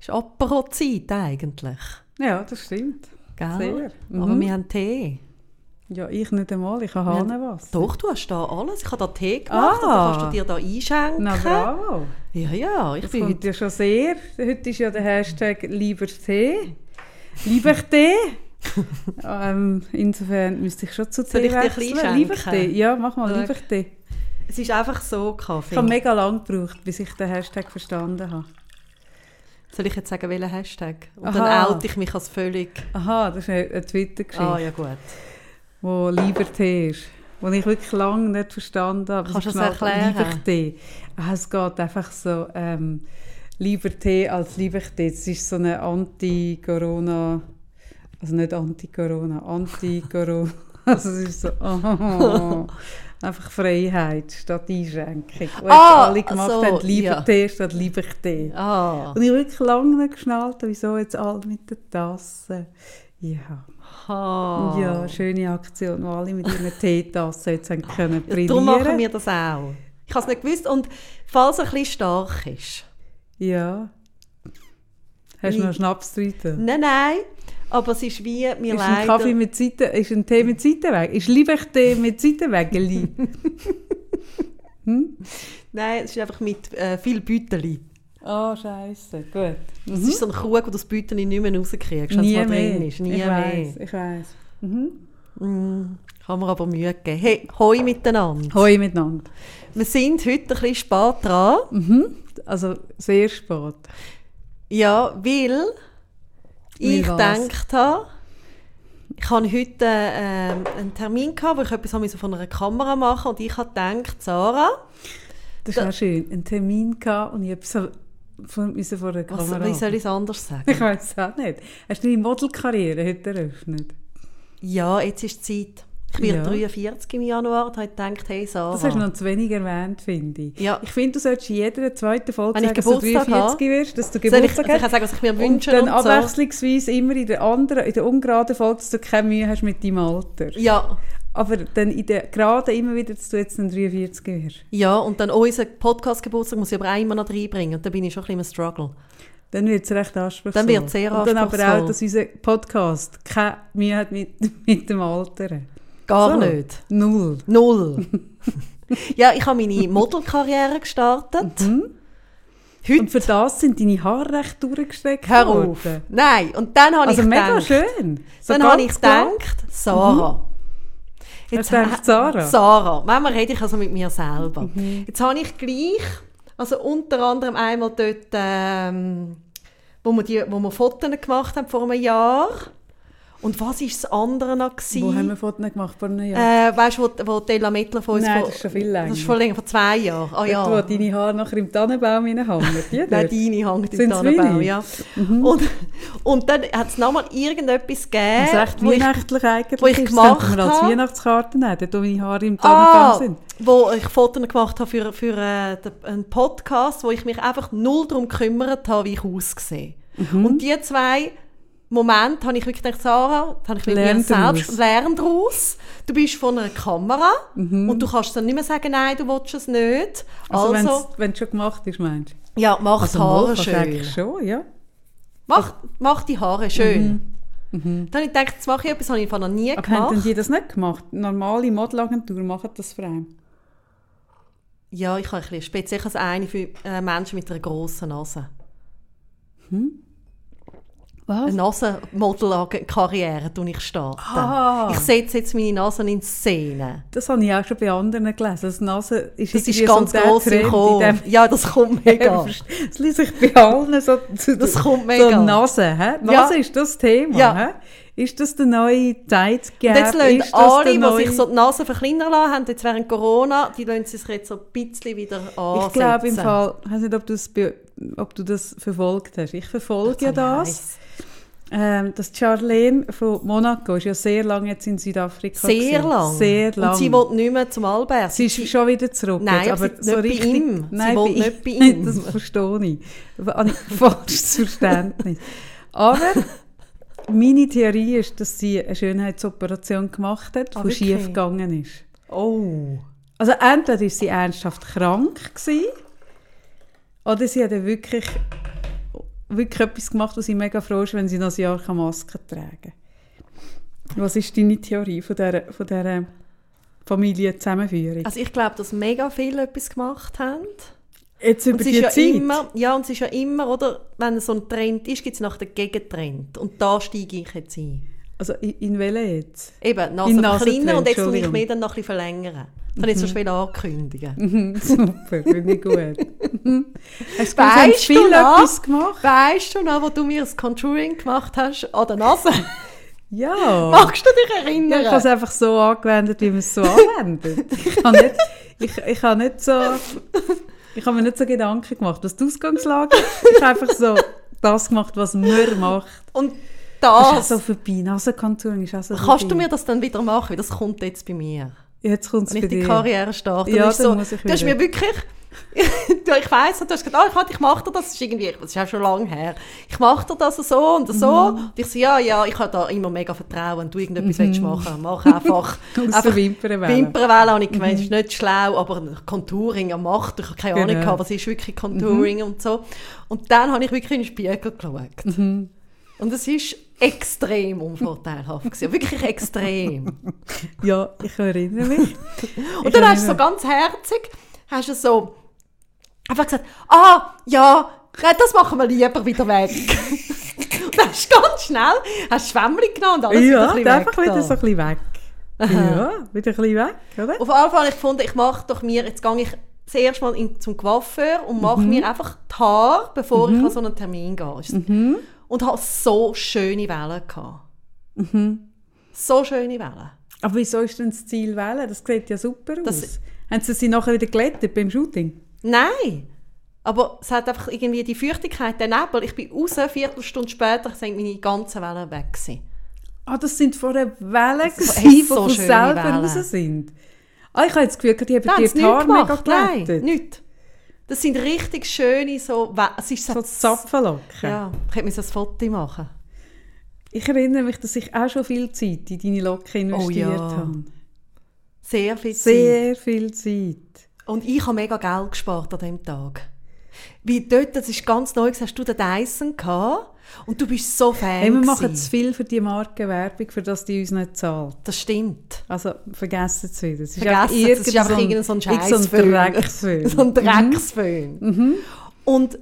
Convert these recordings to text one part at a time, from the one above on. Ist Apero-Zeit eigentlich. Ja, das stimmt. Gell? Sehr. Aber Mhm. wir haben Tee. Ja, ich nicht einmal, ich habe Wir Hahn was. Doch, du hast da alles. Ich habe da Tee gemacht. Ah. Und dann kannst du dir da einschenken. Na bravo. ja, ja. Ich Das bin kommt heute ja schon sehr. Heute ist ja der Hashtag lieber Tee. Lieber Tee. ähm, insofern müsste ich schon zu Soll Tee ich dir ein wechseln. bisschen Lieber Tee. schenken? Ja, mach mal Schau. lieber Tee. Es ist einfach so Kaffee. Ich habe mega lange gebraucht, bis ich den Hashtag verstanden habe. Soll ich jetzt sagen, welchen Hashtag? Und Aha. dann oute ich mich als völlig... Aha, das ist eine eine Twitter-Geschichte, Ah, ja gut. wo lieber Tee ist. Wo ich wirklich lange nicht verstanden habe. Kannst du Es das ist mal erklären? Lieber Tee. Ah, es geht einfach so, ähm, lieber Tee als lieber Tee. Es ist so eine Anti-Corona, also nicht Anti-Corona, Anti-Corona. Also es ist so, oh, einfach Freiheit statt Einschränkung. Was Ah, alle gemacht so, haben, lieber ja. Tee statt lieber Tee. Ah. Und ich habe wirklich lange nicht geschnallt, wieso jetzt alle mit der Tasse. Ja, Ah. ja schöne Aktion, wo alle mit ihren Teetassen jetzt haben können Ja, darum machen brillieren. wir das auch. Ich habe es nicht gewusst. Und falls er ein bisschen stark ist... Ja. Hast du Nein. noch Schnaps drüber? Nein, nein. Aber es ist wie... Wir Ist ein Kaffee mit Seite, ist ein Tee mit Seite weg? Ist lieber Tee mit Seite weg, Nein, es ist einfach mit äh, viel Büteli. Oh, Ah, scheiße, gut. Es ist so ein Kuchen, wo du das Büteli nicht mehr rauskriegst, wenn es Mhm. Nie mal mehr. drin ist. Nie ich mehr. weiß, ich weiß. Mm, haben wir aber Mühe gegeben. Hey, hoi miteinander. Hoi miteinander. Wir sind heute ein bisschen spät dran. Also sehr spät. Ja, weil ich was? gedacht habe, ich habe heute ähm, einen Termin, gehabt, wo ich etwas habe müssen von einer Kamera machen und ich habe gedacht, Sarah, Das Da- war schön. Einen Termin gehabt und ich habe so von, müssen vor der was, Kamera. wie soll ich es anders sagen? Ich weiß es auch nicht. Hast du deine Modelkarriere heute eröffnet? Ja, jetzt ist die Zeit. Ich werde Ja. 43 im Januar und habe gedacht, hey Sarah. Das hast du noch zu wenig erwähnt, finde ich. Ja. Ich finde, du solltest in jeder zweiten Folge Wenn ich sagen, dass du Geburtstag 43 wirst, dass du soll ich, Geburtstag also ich kann sagen, was ich mir Und wünsche dann und, so. abwechslungsweise immer in der anderen, in der ungeraden Folge, dass du keine Mühe hast mit deinem Alter. Ja, Aber dann in der geraden immer wieder, dass du jetzt ein 43 wirst. ja, und dann unser Podcast-Geburtstag muss ich aber einmal noch reinbringen. Und dann bin ich schon ein bisschen im Struggle. Dann wird es recht anspruchsvoll. Dann wird's sehr Und dann aber auch, anspruchsvoll. dass unser Podcast keine Mühe hat mit, mit dem Alter. Gar So. nicht. Null. Null. ja, ich habe meine Modelkarriere gestartet. Mhm. Und für das sind deine Haare recht durchgesteckt Hör auf. worden. Nein, und dann habe Also ich mega gedacht, schön. So dann habe ich ganz glatt. gedacht, Sarah. Hast du gedacht, Sarah? Mhm. Sarah. Manchmal rede ich also mit mir selber. Jetzt habe ich gleich, also unter anderem einmal dort, ähm, wo, wir die, wo wir Fotos gemacht haben vor einem Jahr. Und was war das andere noch? Gewesen? Wo haben wir Fotos gemacht vor einem Jahr? Äh, weißt du, wo, wo Della Mettler von uns... Nein, vor- das ist schon viel länger. Das ist schon länger, vor zwei Jahren. Ah ja. Dort, wo deine Haare nachher im Tannenbaum reinhängen. Die Nein, dort. deine hängt im Sind's Tannenbaum, meine? Mhm. ja. Und, und dann hat es nochmal irgendetwas gegeben, Das ist echt Äh, wo ich, weihnachtlich eigentlich. wo ich ist. Das könnte gemacht man als habe. Weihnachtskarte nehmen, dort wo meine Haare im Tannenbaum ah, sind. wo ich Fotos gemacht habe für, für äh, den, einen Podcast, wo ich mich einfach null darum gekümmert habe, wie ich aussehe. Mhm. Und die zwei Momente habe ich wirklich gedacht, Sarah, da habe ich mit Lern mir draus. selbst lern draus. Du bist von einer Kamera und du kannst dann nicht mehr sagen, nein, du willst es nicht. Mhm. Also, Also, wenn es schon gemacht ist, meinst du? ja, mach die mal Haare kannst du schön. eigentlich schon, ja. Mach, mach die Haare schön. Mhm. Dann habe ich gedacht, jetzt mache ich etwas, habe ich im Fall noch nie Mhm. Aber haben denn gemacht. die das nicht gemacht? Normale Modelagentur machen das Frauen. Ja, ich habe ein bisschen speziell als eine für äh, Menschen mit einer grossen Nase. Was? Eine Nasenmodelkarriere tun ich starten. Ah. Ich setze jetzt meine Nase in Szene. Das habe ich auch schon bei anderen gelesen. Das Nase ist, Das ist irgendwie ganz so der gross Trend im in Kopf. dem- Ja, das kommt mega. Das liest sich bei allen so. Das kommt So mega. Nase, hä? Nase Ja. ist das Thema, Ja. hä? Ist das der neue Zeitgeber? Und jetzt lassen ist das alle, der die neue- sich so die Nase verkleinern lassen haben, jetzt während Corona, die lassen sie sich jetzt so ein bisschen wieder ansetzen. Ich glaube im Fall, ich weiß nicht, ob, du das be- ob du das verfolgt hast. Ich verfolge ja das. heisst. Ähm, das Charlene von Monaco ist ja sehr lange jetzt in Südafrika. Sehr gewesen. lang. Sehr lang. Und sie will nicht mehr zum Albert. Sie ist schon wieder zurück. Nein, jetzt, aber aber sie- so nicht bei richtig, ihm. Sie Nein, will bei nicht bei ihm. Das verstehe ich. Habe ich falsches Verständnis. Aber meine Theorie ist, dass sie eine Schönheitsoperation gemacht hat, Ah, die wirklich? schief gegangen ist. Oh. Also entweder ist sie ernsthaft krank gewesen, oder sie hatte wirklich wirklich etwas gemacht, was ich mega froh ist, wenn sie noch ein Jahr Masken tragen kann. Was ist deine Theorie von dieser, von dieser Familienzusammenführung? Also ich glaube, dass mega viele etwas gemacht haben. Jetzt über Und es die ist ja Zeit? immer, ja, und es ist ja immer, oder, wenn so ein Trend ist, gibt es nach den Gegentrend. Und da steige ich jetzt ein. Also in, in welchen jetzt? Eben, In Nase verkleinern und jetzt will ich Nasentrend, mich dann noch ein bisschen verlängern. Das habe ich jetzt schon ankündigen. Mhm, Super, finde ich gut. Hast Weißt du haben du noch? viel etwas gemacht? Weißt du noch, wo du mir das Contouring gemacht hast an der Nase? Ja. Magst du dich erinnern? Ja, ich habe es einfach so angewendet, wie man es so anwendet. Ich habe nicht, ich, ich habe nicht so, ich habe mir nicht so Gedanken gemacht, was die Ausgangslage ist. Ich habe einfach so das gemacht, was man macht. und Das das, ist auch so vorbei. Nasenkonturen ist auch so kannst vorbei. du mir das dann wieder machen? Weil Das kommt jetzt bei mir. Jetzt kommt es Wenn bei ich die dir. Karriere starte. Ja, dann ist dann so, muss ich du hast wieder. mir wirklich... Du, ich weiss, du hast gesagt, ah, ich, warte, ich mache dir das, das ist irgendwie, das ist auch schon lange her. Ich mache dir das so und so. Mhm. Und ich so, ja, ja, ich habe da immer mega Vertrauen, du irgendetwas willst machen, mach einfach. Aus einfach der Wimpern wählen. Mhm. Wimpernwelle habe ich gemeint, ist nicht schlau, aber Contouring am Macht, ich habe keine Ahnung Genau. Mhm. gehabt, was ist wirklich Contouring und so. Und dann habe ich wirklich in den Spiegel geschaut. Mhm. Und es ist extrem unvorteilhaft gewesen, wirklich extrem. Ja, ich erinnere mich. Und dann hast du so ganz herzig, hast du so einfach gesagt, ah, ja, nein, das machen wir lieber wieder weg. und dann hast du ganz schnell, hast Schwämmchen genommen und alles Ja, wieder ein einfach bisschen weg wieder so da. ein bisschen weg. Ja, wieder ein bisschen weg, oder? Auf jeden Fall habe ich gefunden, ich mache doch mir, jetzt gehe ich zuerst mal in, zum Coiffeur und mache Mhm. mir einfach die Haare, bevor ich an so einen Termin gehe. Mhm. Und habe so schöne Wellen gehabt. Mhm. So schöne Wellen. Aber wieso ist denn das Ziel wählen? Das sieht ja super Das- aus. Haben sie sie nachher wieder glättet beim Shooting? Nein! Aber es hat einfach irgendwie die Feuchtigkeit, der Nebel. Ich bin raus, eine Viertelstunde später sind meine ganzen Wellen weg. Gewesen. Ah, das sind vorher Wellen, ist gewesen, die so von schöne selber Wellen. raus sind. Ah, ich habe jetzt das Gefühl, die haben Nein, dir es die nichts Haare mega gemacht. Nein, glättet. nichts. Das sind richtig schöne, so... We- Es ist So Zapfenlocken. Ja, ich hätte mir so ein Foto machen Ich erinnere mich, dass ich auch schon viel Zeit in deine Locken investiert ja. habe. Sehr viel Zeit. Sehr viel Zeit. Und ich habe mega Geld gespart an diesem Tag. Weil dort, das ist ganz neu, hast du den Dyson gehabt und du bist so Fan Hey, wir machen gewesen. zu viel für die Markenwerbung, für das die uns nicht zahlt. Das stimmt. Also vergessen Sie es wieder. Es ist Vergessen Sie es, es ist einfach irgendein so Mhm. ein Scheissfilm. Drecksfilm. so ein Drecksföhn. Und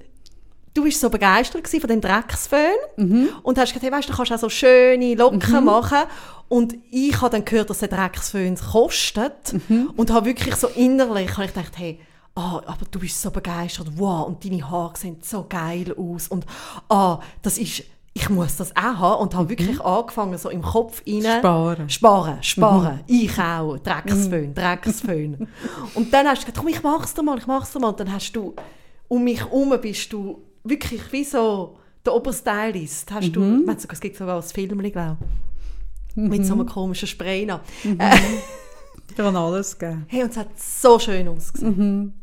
du warst so begeistert gewesen von dem Drecksföhn und hast gedacht, hey, weißt, du kannst auch so schöne Locken machen. Und ich habe dann gehört, dass der Drecksföhn kostet und habe wirklich so innerlich habe ich gedacht, hey, Ah, aber du bist so begeistert, wow, und deine Haare sehen so geil aus und ah, das ist, ich muss das auch haben und habe wirklich angefangen, so im Kopf rein Sparen. Mhm. Sparen, sparen. Mhm. Ich auch. Drecksföhn, Drecksföhn. Und dann hast du gesagt, komm, ich mach's dir mal, ich mach's dir mal. Und dann hast du, um mich herum bist du wirklich wie so der Oberstylist. Hast du, Mhm. ich meine, sogar- es gibt sogar ein Film, glaube ich, mit so einem komischen Spray noch. Mhm. Äh, Ich kann alles geben. hey, und es hat so schön ausgesehen.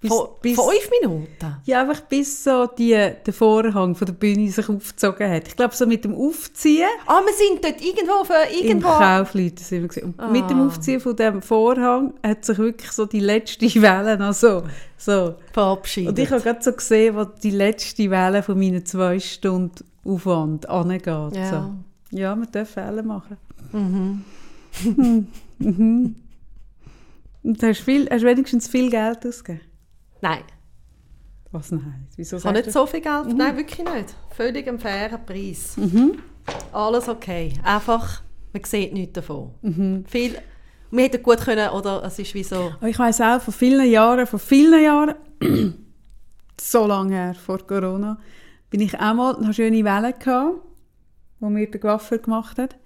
Bis, Von, bis, fünf Minuten. ja, einfach bis so die, der Vorhang von der Bühne sich aufgezogen hat. Ich glaube, so mit dem Aufziehen Ah, wir sind dort irgendwo für irgendwo. im Kaufleuten sind wir gewesen. Und mit dem genau. Ah. Aufziehen von dem Vorhang hat sich wirklich so die letzte Welle noch so... so. verabschiedet. Und ich habe gerade so gesehen, wo die letzte Welle von meinen zwei Stunden Aufwand angeht. Ja. So. ja, man darf Fehler machen. Mhm. mhm. Und hast, viel, hast wenigstens viel Geld ausgegeben? Nein, Was nein? Wieso ich habe sagst nicht du- so viel Geld. Mhm. Nein, wirklich nicht. Völlig ein fairer Preis. Alles okay. Einfach, man sieht nichts davon. Mhm. Viel, wir hätten gut können, oder es ist wie so... Aber ich weiß auch, vor vielen Jahren, vor vielen Jahren, so lange her, vor Corona, bin ich auch mal, hatte schöne Wellen, gehabt, wo mir der Coiffeur gemacht hat.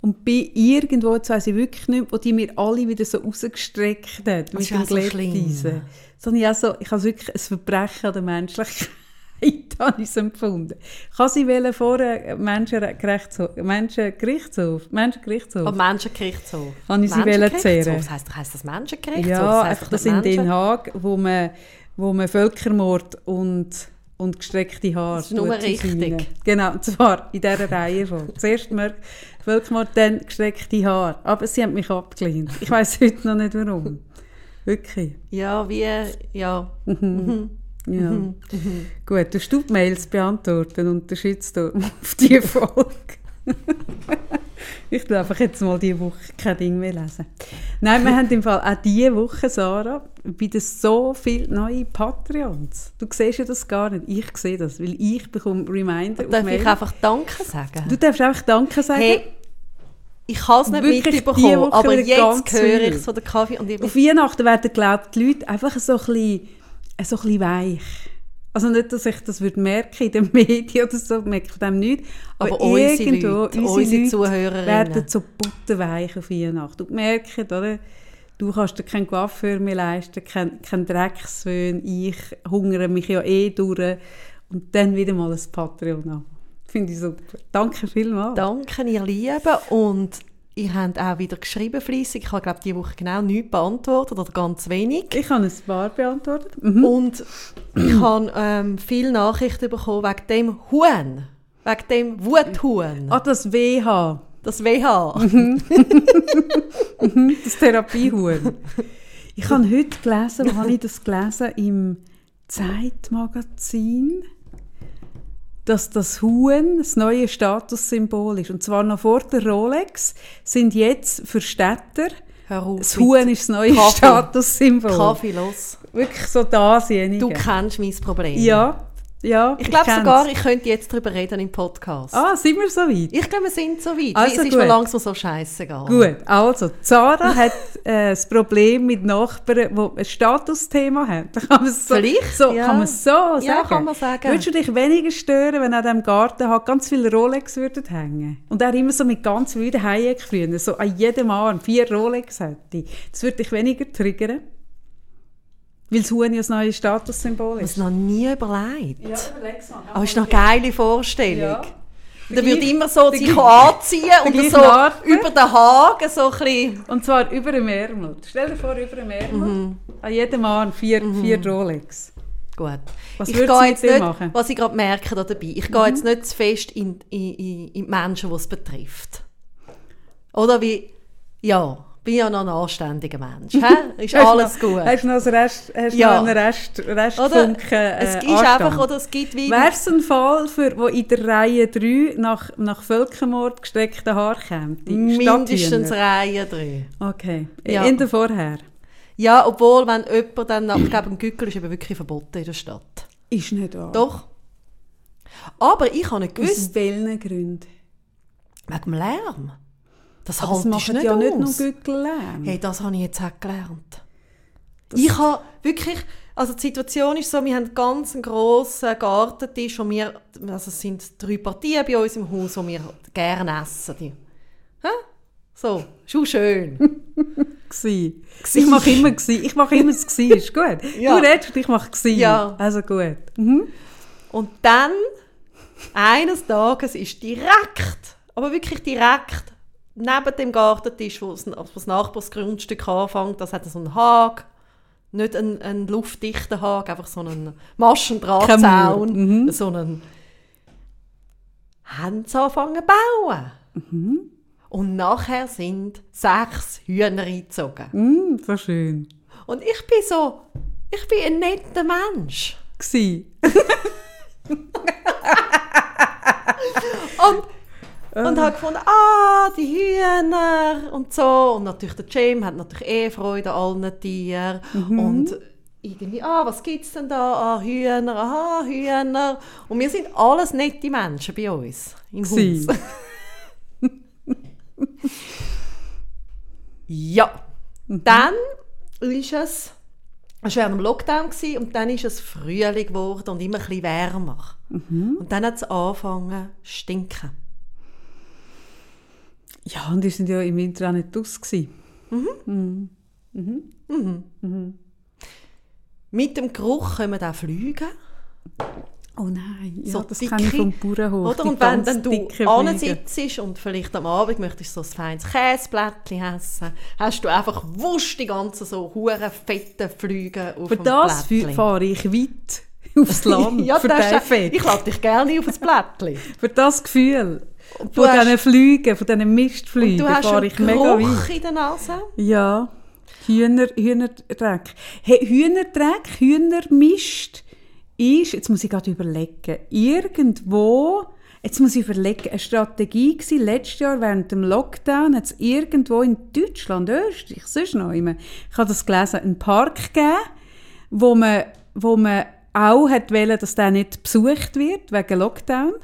Und bin irgendwo, jetzt weiss ich wirklich nicht, mehr, wo die mir alle wieder so rausgestreckt hat. Das ist dem auch so schlimm. Glätteisen. So, ich, auch so, ich habe wirklich ein Verbrechen an der Menschlichkeit habe ich es empfunden. Ich habe sie wollen vor einem Menschenrechtshof, Menschengerichtshof, Menschengerichtshof. Am Menschengerichtshof. Habe ich sie Menschengerichtshof? wollen zehren. Das heisst, heisst das Menschengerichtshof? Ja, heisst einfach doch das nicht in Den Menschen- Haag, wo man, wo man Völkermord und, und gestreckte Haare Das ist nur tut zusammen. richtig. Genau, und zwar in dieser Reihe von. Zuerst Mör- Völkermord, dann gestreckte Haare. Aber sie haben mich abgelehnt. Ich weiß heute noch nicht warum. Wirklich. Ja, wie... Ja. Ja. Gut, tust du die Mails beantworten und den Shitstorm auf diese Folge? ich will einfach jetzt mal diese Woche kein Ding mehr lesen. Nein, wir haben im Fall auch diese Woche, Sarah, wieder so viele neue Patreons. Du siehst ja das gar nicht. Ich sehe das, weil ich bekomme Reminder auf Darf Mail. ich einfach Danke sagen? Du darfst einfach Danke sagen. Hey, ich kann es nicht Wirklich diese mitbekommen, Woche aber wieder jetzt ganz höre viel. ich es von der Kaffee und ich Auf Weihnachten werden, glaube die Leute einfach so ein bisschen, äh, so ein bisschen weich. Also nicht, dass ich das würde merken in den Medien oder so, merke ich dem nicht. Aber, Aber unsere irgendwo, Leute, unsere Zuhörerinnen. werden so butterweich auf Weihnachten. Und merken, oder? Du kannst dir keinen Coiffeur mehr leisten, keinen kein Dreckswöhn, ich hungere mich ja eh durch. Und dann wieder mal ein Patreon an. Finde ich super. Danke vielmals. Danke, ihr Lieben. Und ihr habt auch wieder geschrieben fleissig. Ich habe, glaube diese Woche genau nichts beantwortet oder ganz wenig. Ich habe ein paar beantwortet. Mhm. Und ich habe ähm, viele Nachrichten bekommen wegen dem Huhn. Wegen dem Wuthuhn. Ah, das WH. Das WH. Das Therapiehuhn. Ich habe heute gelesen, wo habe ich das gelesen? Im Zeitmagazin, dass das Huhn das neue Statussymbol ist. Und zwar noch vor der Rolex sind jetzt für Städter Hör auf. das Huhn ist das neue Oh, Kaffee. Statussymbol. Kaffee los. Wirklich so dasjenige. Du kennst mein Problem. ja, ja. Ich glaube kenn's. sogar, ich könnte jetzt darüber reden im Podcast. Ah, sind wir so weit? Ich glaube, wir sind so weit. Also es ist gut. mir langsam so scheißegal. Gut, also, Zara hat äh, das Problem mit Nachbarn, die ein Statusthema haben. Da kann man es so, Vielleicht, so, ja. kann man es so sagen. kann man sagen. Würdest du dich weniger stören, wenn an diesem Garten halt ganz viele Rolex würden hängen? Und er immer so mit ganz wilden Haieck früher, so an jedem Arm, vier Rolex hätte. Das würde dich weniger triggern? Weil das Huhn ja das neue Statussymbol Ich ist. habe es noch nie überlegt. überleg's mal. Aber es ist noch eine geile Vorstellung. Ja. Da Vergleich- würde immer so sich vergleich- anziehen und vergleich so Narben. über den Haken so ein bisschen. Und zwar über dem Ärmel. Stell dir vor, über dem Ärmel. Mhm. An jedem Arm vier, vier Rolex. Gut. Was ich gehe würdest du mit jetzt dem nicht, machen? Mhm. was ich gerade merke da dabei, ich gehe jetzt nicht zu fest in, in, in, in die Menschen, die es betrifft. Oder wie, ja, bin ja noch ein anständiger Mensch. hä? Ist Hast du alles noch- gut. Hast du noch, ein Rest, hast du Ja. noch einen Rest, Oder? Restfunken äh, es ist Anstand? einfach, oder es gibt wie... Wäre es ein Fall, für, wo in der Reihe 3 nach, nach Völkermord gestreckte Haar käme? Mindestens Reihe drin. Okay, Ja. in der vorher. Ja, obwohl, wenn jemand dann, nach- ich glaube, ein Gückel ist eben wirklich verboten in der Stadt. Ist nicht wahr. Doch. Aber ich habe nicht gewusst, Oh. Aus welchen Gründen? wegen dem Lärm. Das Das halt ich machen nicht ja aus. nicht nur Gürtel Lärm. Hey, das habe ich jetzt auch gelernt. ich habe wirklich, also die Situation ist so, wir haben einen ganz grossen Gartentisch und wir, also es sind drei Partien bei uns im Haus, die wir gerne essen. Die. Hä? So, schon schön. Gsi. Ich mache immer gsi. Ich mache immer das gsi. Ist gut. Ja. Du redest und ich mache gsi. Ja. Also gut. Mhm. und dann, eines Tages ist direkt, aber wirklich direkt, neben dem Gartentisch, wo das, wo das Nachbarsgrundstück anfängt, das hat so einen Haag, nicht einen, einen luftdichten Haag, einfach so einen Kein Mauer, Maschendrahtzaun, so einen haben sie angefangen zu bauen. Und nachher sind sechs Hühner eingezogen. Mhm, so schön. Und ich bin so, ich bin ein netter Mensch. Gsi. Und, und habe gefunden, ah, die Hühner und so. Und natürlich der Jim hat natürlich eh Freude an allen Tieren. Und irgendwie, ah, was gibt es denn da? Ah, Hühner, aha, Hühner. Und wir sind alles nette Menschen bei uns im Gsi. Haus. Ja. Dann ist es, es war während dem Lockdown gewesen, und dann ist es Frühling geworden und immer ein bisschen wärmer. Und dann hat es angefangen zu stinken. Ja, und die sind ja im Winter auch nicht aus gsi. Mit dem Geruch kommen auch Flüge. Oh nein, ja, So das dicke, kenne ich vom Bauernhof. Oder? die Und wenn ganz dann du dicken Fliegen. sitzt und vielleicht am Abend möchtest du so ein feines Käseblättchen essen, hast du einfach wusch die ganzen so huren fetten Flüge auf Für dem das fü- Blättchen. fahre ich weit aufs Land, ja, für das ist- den Fett. Ich lade dich gerne auf das Blättchen. Für das Gefühl von du hast- diesen Flügen, von diesen Mistflügen, Du hast fahre einen ich mega weit. Geruch in der Nase. Ja, Hühner, Hühnerdreck. Hey, Hühnerdreck, Hühnermist ist, jetzt muss ich gerade überlegen, irgendwo, jetzt muss ich überlegen, eine Strategie war letztes Jahr während dem Lockdown, hat es irgendwo in Deutschland, Österreich, sonst noch immer, ich habe das gelesen, einen Park gegeben, wo man, wo man auch hat wollen, dass der nicht besucht wird, wegen Lockdown.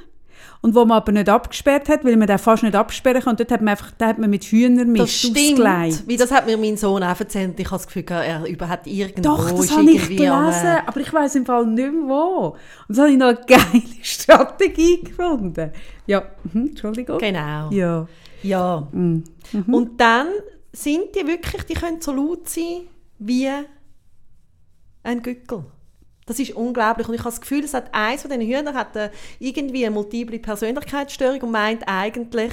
Und wo man aber nicht abgesperrt hat, weil man den fast nicht absperren kann. Und dort hat man einfach, da hat man mit Das Hühnermist stimmt. ausgeleitet. Wie das hat mir mein Sohn auch erzählt. und Ich habe das Gefühl, gehabt, er über hat irgendwo Doch, das ist habe ich irgendwie gelesen, am, äh, aber ich weiß im Fall nicht mehr wo. Und das habe ich noch eine geile Strategie gefunden. Ja, mhm, Entschuldigung. Genau. Ja. Ja. Mhm. Und dann sind die wirklich, die können so laut sein wie ein Gückel. Das ist unglaublich. Und ich habe das Gefühl, es hat eins von diesen Hühnern hat äh, irgendwie eine multiple Persönlichkeitsstörung und meint eigentlich,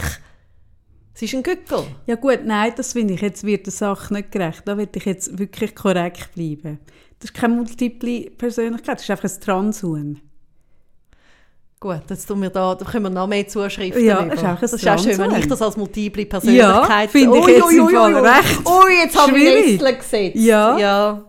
es ist ein Gückel. ja gut, nein, das finde ich, jetzt wird der Sache nicht gerecht. Da werde ich jetzt wirklich korrekt bleiben. Das ist keine multiple Persönlichkeit, das ist einfach ein Transhuhn. Gut, jetzt tun wir da, da können wir noch mehr Zuschriften Ja, über. ist auch ein das ist auch schön, wenn Transmann. ich das als multiple Persönlichkeit... finde ich Ui, jetzt ui, im ui, Fall ui. recht Ui, jetzt habe ich schwierig. Nestle gesetzt. Ja. ja.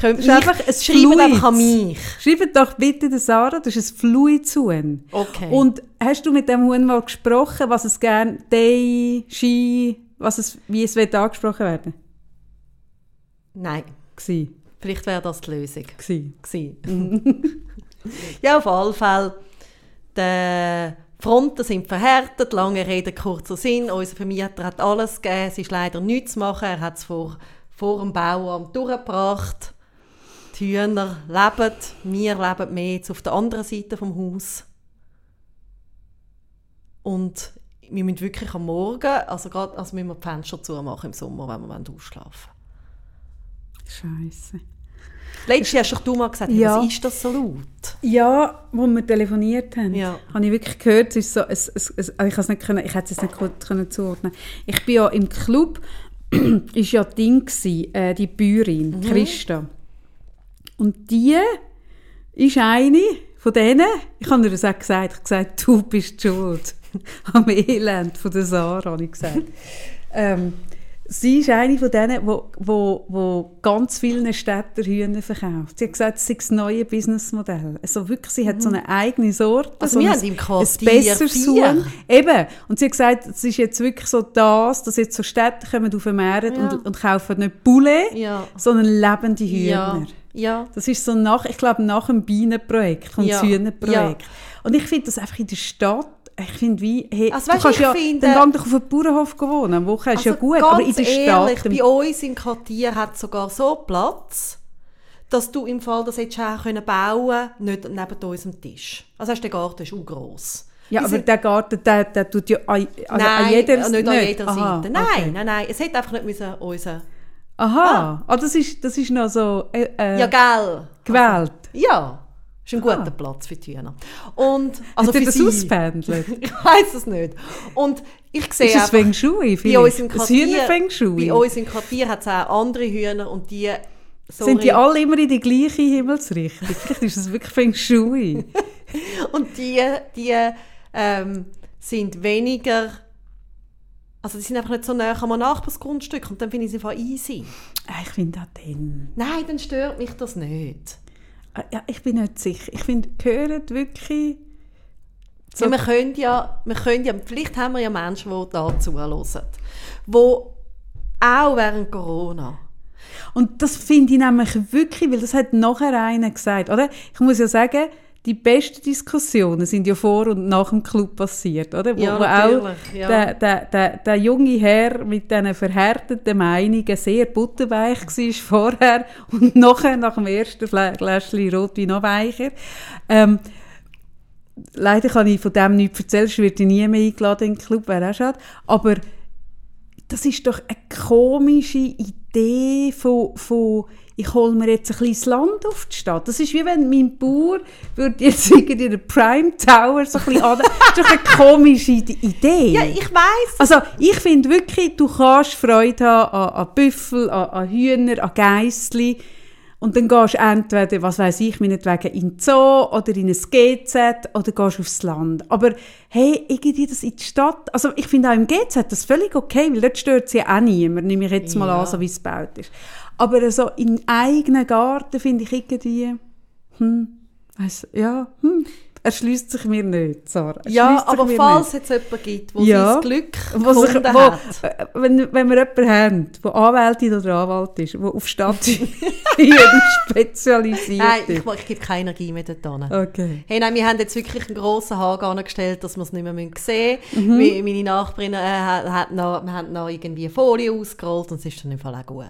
Könnt Das mich, ist einfach ein schreibt Fluid. einfach an mich. Schreibt doch bitte der Sarah, das ist ein Fluidhuhn. Okay. Und hast du mit dem Huhn mal gesprochen, was es gerne, «they», «she», was es, wie es wird angesprochen werden? Nein, Gsi. vielleicht wäre das die Lösung Gsi. gewesen. ja, auf alle Fälle. Die Fronten sind verhärtet, lange Rede, kurzer Sinn. Unser Vermieter hat alles gegeben, es ist leider nichts zu machen. Er hat es vor, vor dem Bauamt durchgebracht. Die Hühner leben, wir leben mehr jetzt auf der anderen Seite vom Haus. Und wir müssen wirklich am Morgen, also gerade, also müssen wir die Fenster zumachen im Sommer, wenn wir ausschlafen wollen. Scheiße. Letztes Jahr hast doch du mal gesagt, hey, Ja. was ist das so laut? Ja, wo wir telefoniert haben, Ja. habe ich wirklich gehört, es ist so, es, es, es, also ich habe es nicht können, ich hätte es nicht ku- können zuordnen. Ich bin ja im Club, ist ja Ding gsi, äh, die Bäuerin, Christa. Und die ist eine von denen, ich habe ihr das auch gesagt, ich habe gesagt, du bist die schuld am Elend von der Sarah, habe ich gesagt. ähm, sie ist eine von denen, wo, wo, wo ganz vielen Städter Hühner verkauft. Sie hat gesagt, es sei das neue Businessmodell. Also wirklich, sie hat so eine eigene Sorte. Mhm. Also so wir ein- haben im ein Quartier besseres vier. Huhn. Eben. Und sie hat gesagt, es ist jetzt wirklich so das, dass jetzt so Städte kommen auf den Markt Ja. und, und kaufen nicht Poulet, Ja. sondern lebende Ja, Hühner. ja. Das ist so nach, ich glaube, nach dem Bienenprojekt kommt Ja, das Hühnerprojekt. Und ich finde das einfach in der Stadt, ich finde wie, hey, Also du weisst, kannst ich ja, finde- dann geh doch auf dem Bauernhof wohnen, am Wochenende ist ja gut, Also ganz aber in der ehrlich, Stadt, im- bei uns im Quartier hat es sogar so Platz, dass du im Fall, das hättest du auch können bauen nicht neben unserem Tisch. Also hast der Garten ist auch gross. ja, Die aber sind- der Garten, der, der tut ja an, also an nein, jeder, nicht, an jeder Aha, Seite. Nein, okay. nein, nein. Es hätte einfach nicht müssen unser... Aha, ah. das, ist, das ist noch so äh, äh, Ja, gell? gewählt. Ja. Ist ein guter Platz für die Hühner. Und, also Also für Hat er Ah. das sie. auspendelt? Ich weiß es nicht. Und ich sehe ist es einfach- Feng Shui vielleicht? bei uns im Das Quartier, Hühner-Feng Shui? bei uns im Quartier hat es auch andere Hühner und die... Sind die sorry. alle immer in die gleiche Himmelsrichtung? Vielleicht ist es wirklich Feng Shui. Und die, die ähm, sind weniger. Also die sind einfach nicht so nah am Nachbarsgrundstück und dann finde ich es einfach easy. Ah, ich finde auch dann... Nein, dann stört mich das nicht. Ah, Ja, ich bin nicht sicher. Ich finde, gehört wirklich. So- Ja, wir können ja, wir können ja, vielleicht haben wir ja Menschen, die da zuhören, die auch während Corona. Und das finde ich nämlich wirklich, weil das hat nachher einer gesagt, oder? Ich muss ja sagen, die besten Diskussionen sind ja vor und nach dem Club passiert, oder? Wo, Ja, wo auch natürlich, ja. der, der, der, der junge Herr mit diesen verhärteten Meinungen sehr butterweich war vorher und nachher nach dem ersten Flä- Gläschchen Rotwein noch weicher. Ähm, leider kann ich von dem nichts erzählen, sonst werde ich nie mehr eingeladen in den Club, wäre auch schade. Aber das ist doch eine komische Idee von, von ich hole mir jetzt ein kleines Land auf die Stadt. Das ist wie wenn mein Bauer würde jetzt irgendwie den Prime Tower so ein bisschen an... Das ist doch eine komische Idee. Ja, ich weiß. Also ich finde wirklich, du kannst Freude haben an, an Büffel, an, an Hühner, an Geissli. Und dann gehst du entweder, was weiß ich, meinetwegen in den Zoo oder in ein GZ oder gehst aufs Land. Aber hey, irgendwie das in die Stadt, also ich finde auch im GZ das völlig okay, weil dort stört sie ja auch niemand, nehme ich jetzt mal Ja. an, so wie es gebaut ist. Aber so in eigenen Garten finde ich irgendwie, hm, Weißt, ja, hm, er schließt sich mir nicht, Sarah. Er Ja, schliesst sich aber mir falls es jemanden gibt, der Ja. sein Glück Wo sich- gefunden wo- hat. Äh, wenn, wenn wir jemanden haben, der Anwältin oder Anwalt ist, der auf Stadthygiene spezialisiert Nein, ich, ist. ich gebe keine Energie mehr dort hin. Okay. Hey, nein, wir haben jetzt wirklich einen grossen Haken angestellt, dass wir es nicht mehr müssen sehen müssen. Mhm. Mi- Meine Nachbarin äh, hat, hat noch, wir haben noch irgendwie Folie ausgerollt und es ist dann im Fall auch gut.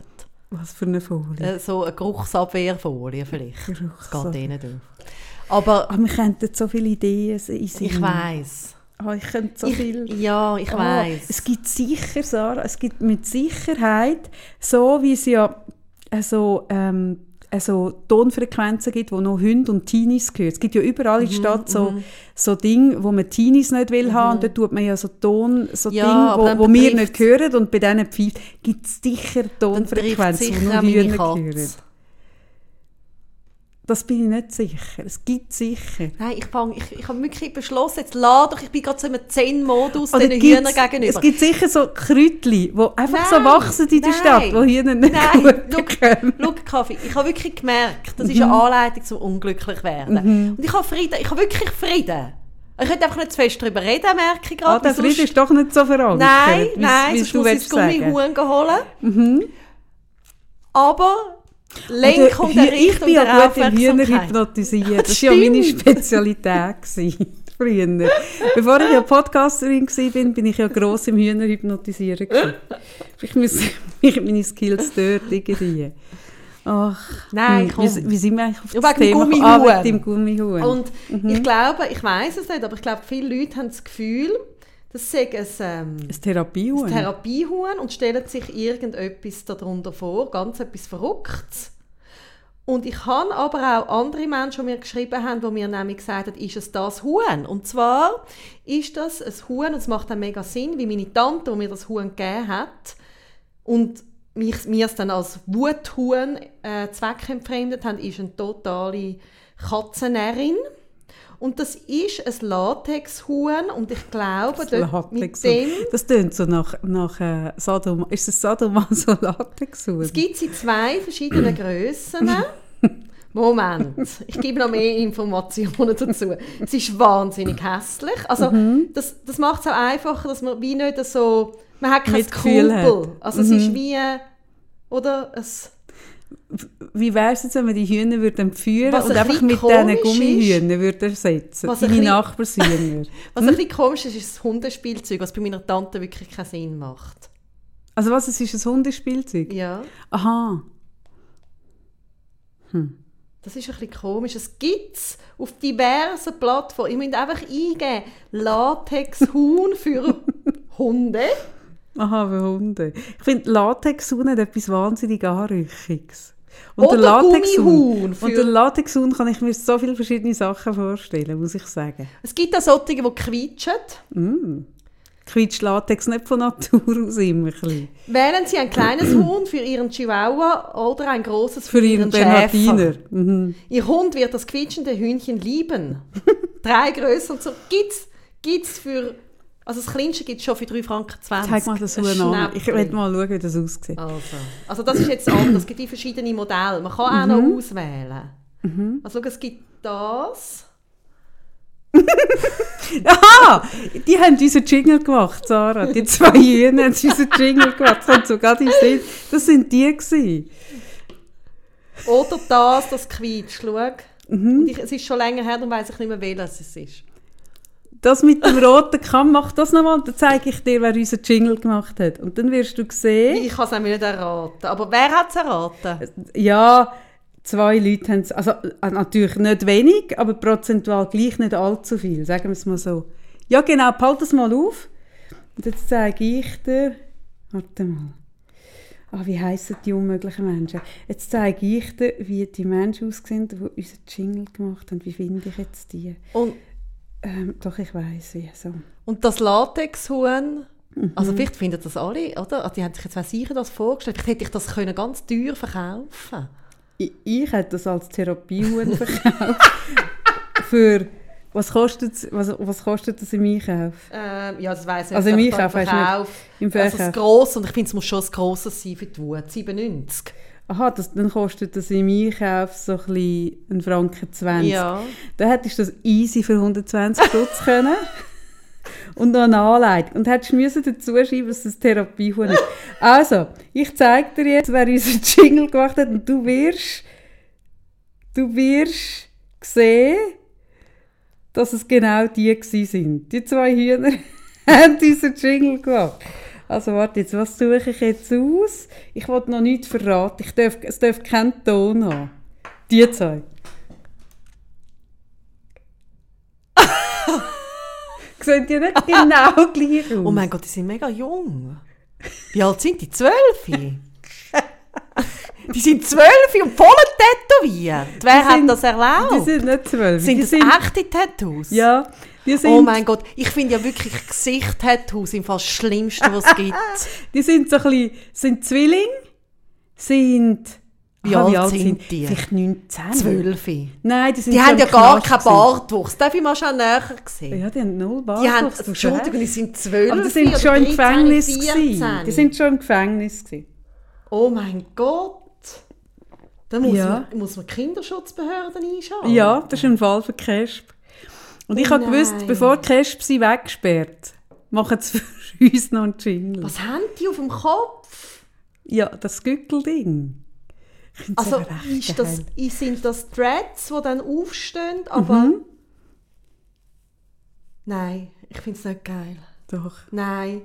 Was für eine Folie. Äh, so eine Geruchsabwehrfolie vielleicht. Das geht Geruchssache. denen durch. Aber Ah, wir könnten so viele Ideen sein. ich weiss. Ah, ich könnte so viel... Ich, ja, ich Ah, weiss. Es gibt sicher, Sarah, es gibt mit Sicherheit, so wie es ja äh, so, ähm, äh, so Tonfrequenzen gibt, wo noch Hunde und Teenies gehört. Es gibt ja überall Mhm, in der Stadt so, so Dinge, wo man Teenies nicht will haben und dort tut man ja so Ton, so Ja, aber Dinge, dann wo, wo wir nicht betrifft's- hören und bei denen pfeift, gibt es sicher Dann trifft Tonfrequenzen, die sicher nur auch meine Hühner hören. Katze. Das bin ich nicht sicher. Es gibt sicher. Nein, ich, fang, ich, ich habe wirklich beschlossen, jetzt lad doch, ich bin gerade so im Zen-Modus Oder den Also gibt's- Hühnern gegenüber. Es gibt sicher so Kräutli, die einfach so Nein, wachsen in der nein, Stadt, die hier nicht nein, gut Mhm. schau. bekommen. Schau, Kaffee, ich habe wirklich gemerkt, das ist eine Anleitung zum unglücklich Mhm. werden. Und ich habe Frieden, ich habe wirklich Frieden. Ich könnte einfach nicht zu fest darüber reden, merke ich gerade. Ah, der weil sonst- Fried ist doch nicht so verankert, Nein, wie's- nein, wie's sonst muss ich das Gummihuhn holen. Aber Lenk und Mhm. Oder Hü- ich Richtung bin der ja gut im Hühner Aufmerksamkeit. hypnotisieren. Das war ja meine Spezialität. gewesen, Früher. Bevor ich ja Podcasterin war, bin ich ja gross im Hühner hypnotisieren. gewesen. Ich muss mich meine Skills dort irgendwie. Ach, Nein, hm, komm. Wie, wie sind wir eigentlich auf Ja, das wegen dem Thema gekommen? Gummihuhn. Oh, Ah, mit dem Gummihuhn. Und Mhm. ich glaube, ich weiß es nicht, aber ich glaube, viele Leute haben das Gefühl, das sei ein, ähm, Ein Therapiehuhn. ein Therapiehuhn und stellen sich irgendetwas darunter vor, ganz etwas Verrücktes. Und ich habe aber auch andere Menschen, die mir geschrieben haben, die mir nämlich gesagt haben, ist es das Huhn? Und zwar ist das ein Huhn, und es macht dann mega Sinn, wie meine Tante, die mir das Huhn gegeben hat, und mich, mir es dann als Wuthuhn äh, zweckentfremdet haben, ist eine totale Katzennärin. Und das ist ein Latexhuhn und ich glaube, dort mit dem... Das tönt so nach, nach äh, Sodom. Ist es Sadomaso Latex? Es gibt sie in zwei verschiedenen Grössen. Moment, ich gebe noch mehr Informationen dazu. Es ist wahnsinnig hässlich. Also das, das macht es auch einfacher, dass man wie nicht so... Man hat kein Mitgefühl hat. Kumpel. Also es ist wie... äh, Oder es... Wie wäre es jetzt, wenn wir die Hühner würden führen Was und ein einfach bisschen mit diesen komisch Gummihühnern würden ersetzen? Was ein Deine bisschen- Nachbarshühner. Was ein bisschen komisch ist, ist das Hundespielzeug, was bei meiner Tante wirklich keinen Sinn macht. also was, es ist ein Hundespielzeug? Ja, Aha. das ist ein bisschen komisch. Es gibt es auf diversen Plattformen. Ich müsst einfach eingeben, Latexhuhn für Hunde. Aha, für Hunde. Ich finde Latexhuhn hat etwas wahnsinnig Anrüchiges. Oder Gummihuhn für- Und der Latexhuhn kann ich mir so viele verschiedene Sachen vorstellen, muss ich sagen. Es gibt auch solche, die quietschen. Quietscht Latex nicht von Natur aus immer ein bisschen. Wählen Sie ein kleines Huhn für Ihren Chihuahua oder ein großes Für ihren Bernhardiner. Mhm. Ihr Hund wird das quietschende Hühnchen lieben. Drei Größen und so. Gibt's, gibt's für... Also das Kleinste gibt es schon für 3,20 Franken. Zeig mal das Ein Huhn an. Ich Schnäppchen. will mal schauen, wie das aussieht. Also, also das ist jetzt anders. Es gibt die verschiedenen Modelle. Man kann auch noch Mhm. auswählen. Also schau, es gibt das. Aha! Die haben unseren Jingle gemacht, Sarah. Die zwei Jünen haben unseren Jingle gemacht. Das kommt so gerade in den Sinn. Das sind die gewesen. Oder das, das quietscht. Schau. Mhm. Und ich, es ist schon länger her, dann weiss ich nicht mehr, welches es ist. Das mit dem roten Kamm, mach das nochmal. Dann zeige ich dir, wer unseren Jingle gemacht hat. Und dann wirst du sehen... Ich kann es nämlich nicht erraten. Aber wer hat es erraten? Ja, zwei Leute haben es... Also äh, natürlich nicht wenig, aber prozentual gleich nicht allzu viel. Sagen wir es mal so. Ja genau, behalt das mal auf. Und jetzt zeige ich dir... Warte mal. Ah, wie heissen die unmöglichen Menschen? Jetzt zeige ich dir, wie die Menschen aussehen, die unseren Jingle gemacht haben. Wie finde ich jetzt die? Und, Ähm, doch, ich weiß wie. So. und das Latexhuhn, also vielleicht finden das alle, oder? Also die haben sich jetzt auch sicher das vorgestellt. Vielleicht hätte ich das können ganz teuer verkaufen Ich, ich hätte das als Therapiehuhn verkauft. Für... Was kostet, was, was kostet das im Einkauf? Ähm, ja, das weiss ich Also nicht. im Vielleicht Einkauf beim weisst du nicht. Verkauf. Im Also das Verkauf. Grosse, und ich finde, es muss schon das Grosses sein für die Wut. 97. aha, das, dann kostet das im Einkauf so ein bisschen einen Franken 20. Ja. Dann hättest du das easy für 120 Stutz können. Und noch eine Anleitung. Und hättest müssen dazu schreiben, dass es Therapiehuhn ist. Also, ich zeige dir jetzt, wer unseren Jingle gemacht hat. Und du wirst, du wirst sehen, dass es genau die gsi sind. Die zwei Hühner haben unseren Jingle gemacht. Also warte jetzt, was suche ich jetzt aus? Ich wollte noch nichts verraten. Ich darf, es darf keinen Ton haben. Die zwei. Sehen die nicht genau gleich aus? Oh mein Gott, die sind mega jung. Wie alt sind die? Zwölf? die sind zwölf und voll tätowiert. Wer Die sind- hat das Die erlaubt? sind nicht zwölf. sind die das echte Tattoos? Ja, die sind, Oh mein Gott, ich finde ja wirklich Gesicht-Tattoos im Fall das Schlimmste, was es gibt. die sind so ein bisschen, sind Zwilling, sind... Wie Ah, alt sind die? Vielleicht 19. Zwölfe. Nein, die sind Die so haben im ja gar Knast keinen Bartwuchs. Darf ich mal schon näher sehen? Ja, die haben null Bart. Die haben, Entschuldigung, die sind zwölf. Aber die sind oder schon 13, im Gefängnis 14. gewesen. Die sind schon im Gefängnis gewesen. oh mein Gott. Da muss, Ja. man, muss man Kinderschutzbehörden einschalten. Ja, das ist ein Fall für Kesp. Und ich habe Oh, Nein. gewusst, bevor die Kesp sie wegsperrt, machen sie für uns noch einen Jingle. Was haben die auf dem Kopf? Ja, das Gückelding. Ich finde es Also aber recht ist das, geil. sind das Threads, die dann aufstehen, Mhm. aber... Hm? Nein, ich finde es nicht geil. Doch, Nein,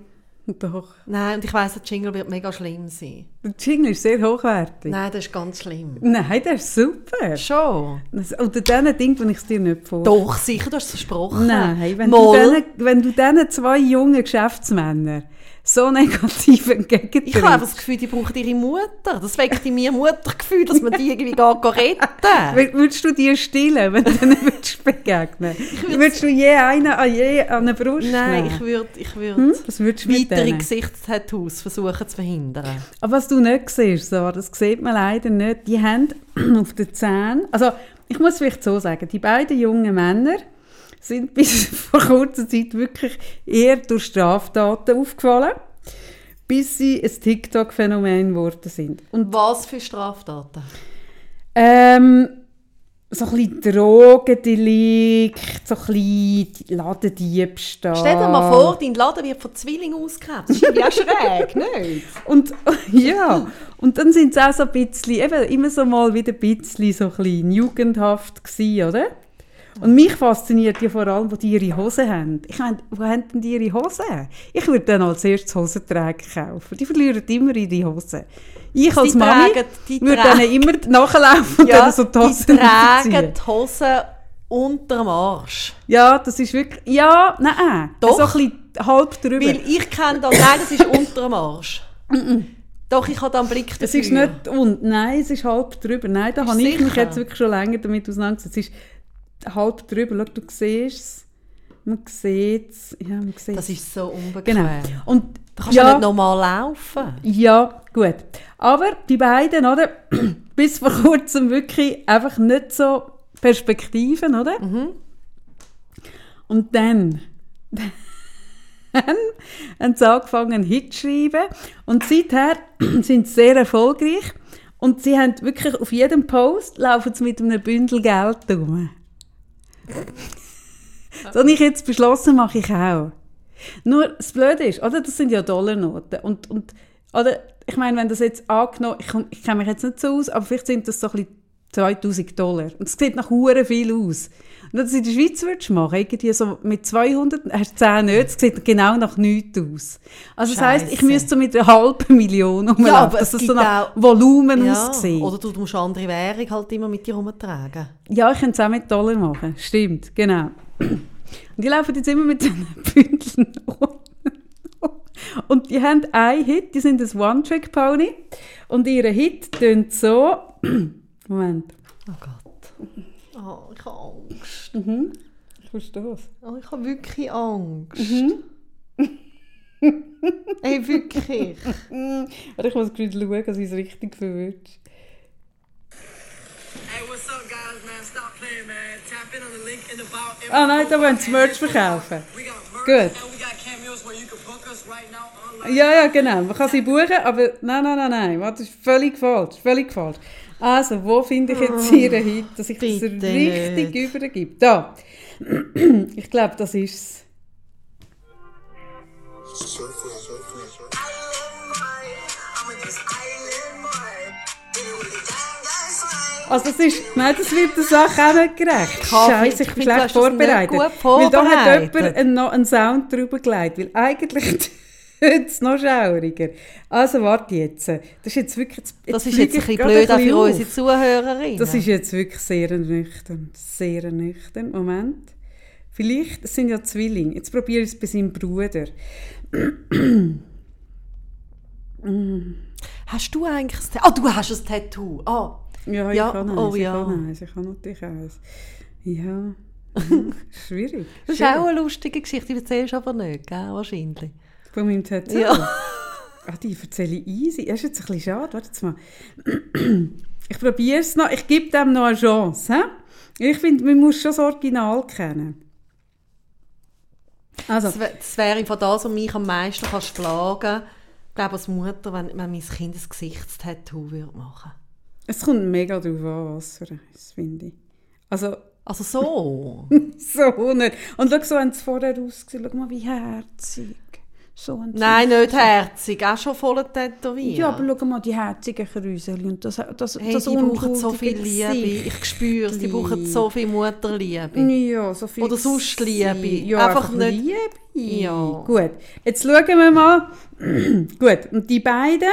doch. nein, und ich weiss, der Jingle wird mega schlimm sein. Der Jingle ist sehr hochwertig. Nein, das ist ganz schlimm. Nein, der ist super. Schon? Das- Unter diesen Ding, wenn ich es dir nicht vor. Doch, sicher, du hast es versprochen. Nein, wenn du, Mal. diesen, wenn du diesen zwei jungen Geschäftsmännern so negativ Ich habe einfach entgegentrittst, das Gefühl, die braucht ihre Mutter. Das weckt in mir Muttergefühl, dass man die irgendwie gar kann retten wür- würdest du dir stillen, wenn du denen würdest begegnen würdest? du je einen an, je, an eine Brust Nein, ich nehmen? würde ich würd Hm? Was würdest du mit weitere denen? Hm. Gesichtstattoos versuchen zu verhindern. Aber Ah, was du nicht siehst, Sarah, das sieht man leider nicht, die haben auf den Zähnen, also ich muss vielleicht so sagen, die beiden jungen Männer sind bis vor kurzer Zeit wirklich eher durch Straftaten aufgefallen, bis sie ein TikTok-Phänomen geworden sind. Und Was für Straftaten? ähm, so ein bisschen Drogendelikt, so ein bisschen Ladendiebstahl. Stell dir mal vor, dein Laden wird von Zwillingen ausgekämpft. Das ist irgendwie auch schräg, nicht? Und ja, und dann sind sie auch so ein bisschen, eben immer so mal wieder ein bisschen so klein jugendhaft gewesen, oder? Und mich fasziniert ja vor allem, wo die ihre Hosen haben. Ich meine, wo haben denn die ihre Hosen? Ich würde dann als erstes Hosenträger kaufen. Die verlieren immer ihre Hosen. Ich als Die Mami tragen- die würde tragen- denen immer nachlaufen und dann so die die Hosen tragen aufziehen. die Hosen unterm Arsch. Ja, das ist wirklich, ja, nein, Doch. so ein bisschen halb drüber. Weil ich kenne da, nein, das ist unterm Arsch. Doch, ich habe da einen Blick dafür. Es ist nicht und nein, es ist halb drüber. Nein, da Bist habe ich mich sicher? jetzt wirklich schon länger damit auseinandergesetzt. Es ist halb drüber. Schau, du siehst es. Man sieht es. Ja, man sieht Das ist so unbequem. Genau. Und Du kannst ja ja, nicht normal laufen. ja, gut. Aber die beiden, oder? Bis vor kurzem wirklich einfach nicht so Perspektiven, oder? Und dann, dann haben sie angefangen, einen Hit zu schreiben. Und seither sind sie sehr erfolgreich. Und sie haben wirklich auf jedem Post laufen sie mit einem Bündel Geld rum. Das habe ich jetzt beschlossen, mache ich auch. Nur das Blöde ist, oder? Das sind ja Dollarnoten. Und, und, oder, ich meine, wenn das jetzt angenommen, ich, komm- ich kenne mich jetzt nicht so aus, aber vielleicht sind das so ein bisschen 2000 Dollar. Und es sieht nach Huren viel aus. Und wenn du das in der Schweiz würdest machen, irgendwie so mit 200, hast du 10 nicht, es sieht genau nach nichts aus. Also das heisst, ich Scheisse. müsste so mit einer halben Million rumlaufen, Ja, aber dass es das so gibt nach auch- Volumen Ja. aussieht. Oder du, du musst andere Währung halt immer mit dir rumtragen. Ja, ich könnte es auch mit Dollar machen. Stimmt, genau. Und die laufen jetzt immer mit diesen Bündeln um. Und die haben einen Hit, die sind ein One-Trick-Pony. Und ihre Hit tönt so. Moment. Oh Gott. Oh, ich habe Angst. Ich verstehe es. Oh, ich habe wirklich Angst. Ey, wirklich. Aber ich muss gerade schauen, dass ich es richtig verwirrt. Hey, what's up, guys, man? Stop playing, man. Tap in on the link in the bio. Oh, Ah nein, da wollen sie Merch verkaufen. We got merch, Good. and we got cameos where you can book us us right now online. Ja, ja, genau. Man kann sie buchen, aber nein, nein, nein, nein. Warte, Das ist völlig falsch. Völlig falsch. Also, wo finde ich jetzt Ihre Hit, dass ich das bitte richtig nicht. übergebe? Da. Ich glaube, das ist es. Island boy, I'm with this island boy. Dealing with the gang, that's right. Also, das ist. Nein, das wird der Sache auch nicht gerecht. Kaffee, Scheiße, ich bin ich finde, schlecht du hast das nicht vorbereitet. gut Weil da hat vorbereitet. jemand einen, noch einen Sound drüber gelegt. Weil eigentlich. Heute ist es noch schauriger. Also, warte jetzt. Das ist jetzt wirklich. Jetzt Das ist blühe jetzt ein ich bisschen gerade blöd auch für auf. unsere Zuhörerinnen. Das ist jetzt wirklich sehr nüchtern. Sehr nüchtern. Moment. Vielleicht es sind ja Zwillinge. Jetzt probiere ich es bei seinem Bruder. hast du eigentlich ein Tattoo? Ah, du hast ein Tattoo. Ah. Ja, ich Ja, kann eins. oh ich, ja. kann eins. ich kann natürlich eins. Ja. Mhm. Schwierig. Das ist auch eine lustige Geschichte, die erzählst du aber nicht, gell? wahrscheinlich. Von meinem Tattoo. Ja. Ah, die erzähle ich easy. Das ist jetzt ein bisschen schade. Warte jetzt mal. Ich probiere es noch. Ich gebe dem noch eine Chance. He? Ich finde, man muss schon das Original kennen. Also, Das, wär- das wäre von das, was mich am meisten kann schlagen kann. Ich glaube, als Mutter, wenn, wenn mein Kind ein Gesichtstattoo würde machen Es kommt mega drauf an, was für eins, finde ich. Also, Also so. so nicht. Und schau, so haben sie vorher ausgesehen. Schau mal, wie herzig. So haben sie- Nein, nicht herzig. Auch schon voll tätowiert. Ja, aber schau mal, die herzigen Kräusel und das, das, hey, das die brauchen so unschuldige viel Liebe. Gesicht. Mhm. Ich spüre es. Die brauchen so viel Mutterliebe. Ja, so viel Oder sonst Gesicht. Liebe. Ja, einfach, Einfach nicht- Liebe. Ja. Gut, jetzt schauen wir mal. Gut, und die beiden...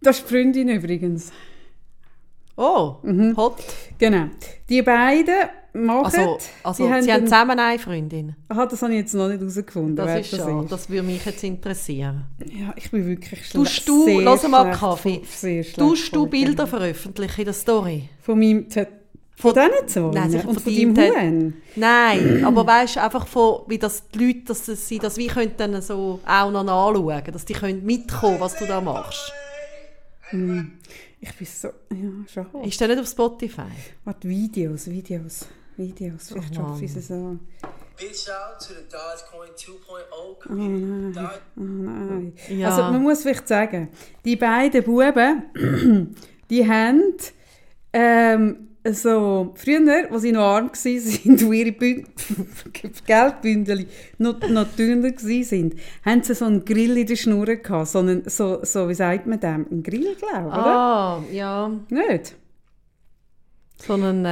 Das ist die Freundin übrigens. Oh, hot. Genau. Die beiden machen... Also, also die sie, haben einen- zusammen eine Freundin. Aha, das habe ich jetzt noch nicht herausgefunden. Das wer ist schon. Das würde mich jetzt interessieren. Ja, ich bin wirklich schlecht. Tust du, sehr lass mal schlecht Kaffee, vor- Sehr schlecht tust du vorbereitet. Bilder veröffentlichen in der Story? Von meinem Tat Von diesen zwei? Nein, sicher Und von von deinem deinem Tat- Huhn? Nein, aber weißt du, einfach von, wie das die Leute, dass es- sie das wie können dann so auch noch anschauen, dass die können mitkommen, was du da machst. Ich bin so... Ja, schade. Ist das nicht auf Spotify? Warte, Videos, Videos. Videos, vielleicht Oh schaffe ich es so. Big shout out to the Dogecoin 2.0 community. Doge- Oh nein. Ja. Also man muss vielleicht sagen, die beiden Buben, die haben ähm, so, früher, als sie noch arm waren, wo ihre Bün- Geldbündel noch, noch dünner waren, haben sie so einen Grill in der Schnur gehabt, so, einen, so, so wie sagt man dem, einen Grill, glaube ich, oder? Ah, ja. Nicht? So einen, äh,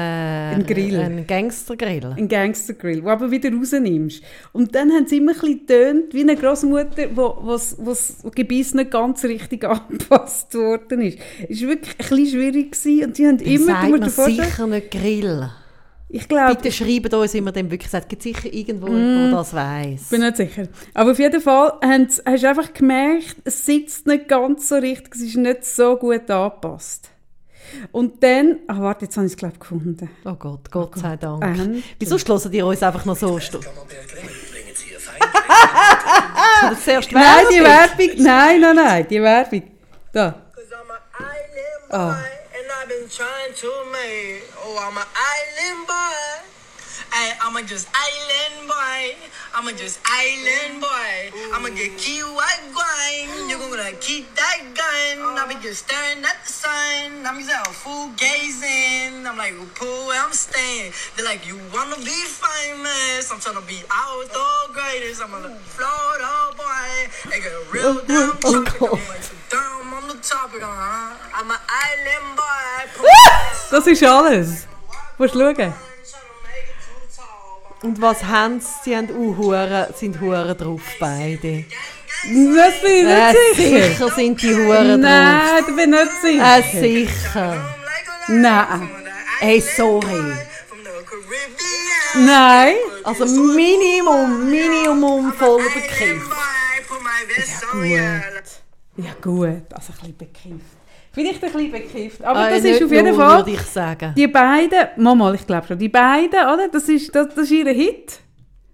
Ein Grill. Einen Gangstergrill. Ein Gangstergrill, den du aber wieder rausnimmst. Und dann haben sie immer ein bisschen getönt, wie eine Großmutter, wo, wo's, wo's Gebiss nicht ganz richtig angepasst worden ist. Es war wirklich ein bisschen schwierig gewesen und die haben immer... Sagt du musst man dir vorstellen- Ah, sicher nicht Grill. Ich glaube, Bitte ich schreibt uns, wie man dem wirklich sagt. Es gibt sicher irgendwo, jemanden, der das weiss. Mhm. bin nicht sicher. Aber auf jeden Fall haben sie- hast du einfach gemerkt, es sitzt nicht ganz so richtig, es ist nicht so gut angepasst. Und dann... Ah, warte, jetzt habe ich es glaube ich gefunden. Oh Gott, Gott sei Dank. Ähm. Wieso schlossen die uns einfach noch so? Stu- Das zuerst Ah! Nein, die Werbung. Werbung... Nein, nein, nein, die Werbung. Da. 'Cause I'm an island boy, and I've been trying to make. Oh, I'm an island boy. Ay, I'm a just island boy. I'm a just island boy. I'm a get key white wine. You're gonna keep that gun. I'll be just staring at the sun. I'm just out fool gazing. I'm like, pool where I'm staying. They're like, you wanna be famous? I'm trying to be out the greatest. I'm on the Florida boy. They got a real damn Oh, chocolate. Down on the topic, huh? I'm an island boy. Das ist alles. Musst schauen. Und was haben sie? Sie haben auch Huren, sind Huren drauf, beide. Das bin ich Äh, nicht sicher. sicher sind die Huren drauf. Nein, da bin ich nicht Äh, sicher. sicher. Nein. Ey, sorry. Nein. Also Minimum, Minimum voller Begriff. Begriff. Ja gut, also ein bisschen bekifft. Vielleicht ein bisschen bekifft, aber Äh, das ist nicht auf jeden nur, Fall... Würde ich sagen. Die beiden, Mama, ich glaube schon, die beiden, oder? Das ist, das, das ist ihr Hit.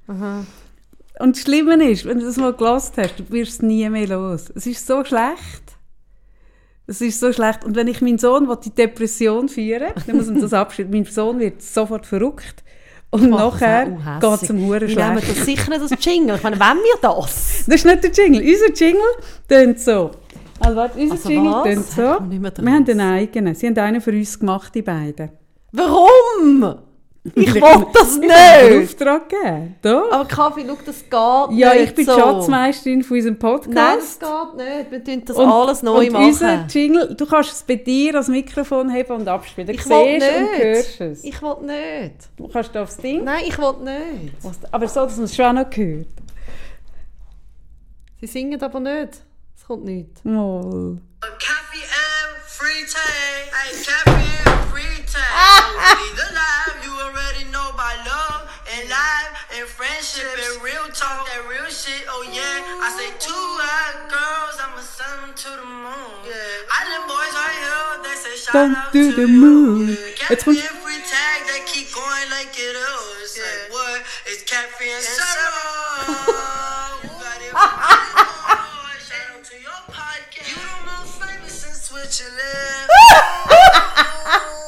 Und das Schlimme ist, wenn du das mal gelost hast, du wirst es nie mehr los. Es ist so schlecht. Es ist so schlecht. Und wenn ich meinen Sohn will, die Depression führen dann muss ich ihm das abschreiben. mein Sohn wird sofort verrückt. Und Macht das nachher auch hässig. geht es zum Huren Wir nehmen schlecht. das sicher nicht als Jingle. Ich meine, wenn wir das? Das ist nicht der Jingle. Unser Jingle tönt so. Also warte, unser Also Jingle was? tönt so. Hat man nicht mehr draus. Wir haben einen eigenen. Sie haben einen für uns gemacht, die beiden. Warum? Ich will das Ich habe einen nicht. Auftrag gegeben. Doch. Aber Kaffee, schau, das geht Ja, nicht ich bin so. die Schatzmeisterin von unserem Podcast. Nein, das geht nicht. Wir tun das alles neu und machen. Unser Jingle, du kannst es bei dir als Mikrofon heben und abspielen. Du ich will siehst und nicht. hörst es. Ich will nicht. Du kannst da aufs Ding. Nein, ich will nicht. Aber so, dass man es schon auch noch hört. Sie singen aber nicht. Es kommt nichts. Mal. Cafe and free time. Hey, Cafe and free time. Lead the life you already know by love and life and friendship and real talk and real shit. Oh yeah, I say two hot girls, I'ma send them to the moon. Yeah. Island boys right here, they say shout Send out to to the you. moon. Yeah. Jetzt Cafe kommt- and free tag, they keep going like it is. Like what? It's Cafe and shout out. You got it. Shout out to your podcast. You the most famous in Switzerland.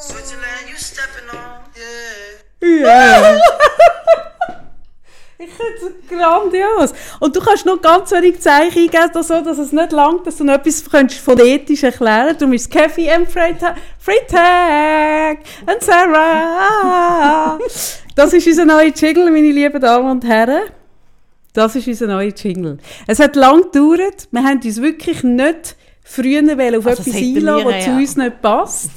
Switzerland, you stepping on. Yeah. Yeah. ich finde es grandios. Und du kannst noch ganz wenig Zeichen eingeben, dass, so, dass es nicht langt, dass du noch etwas könntest phonetisch erklären kannst. Darum ist es Kaffee am Freitag. Freitag! Und Sarah! Das ist unser neuer Jingle, meine lieben Damen und Herren. Das ist unser neuer Jingle. Es hat lang gedauert. Wir haben uns wirklich nicht früher wollen auf Also das etwas hätten wir einlassen, was zu ja. uns nicht passt.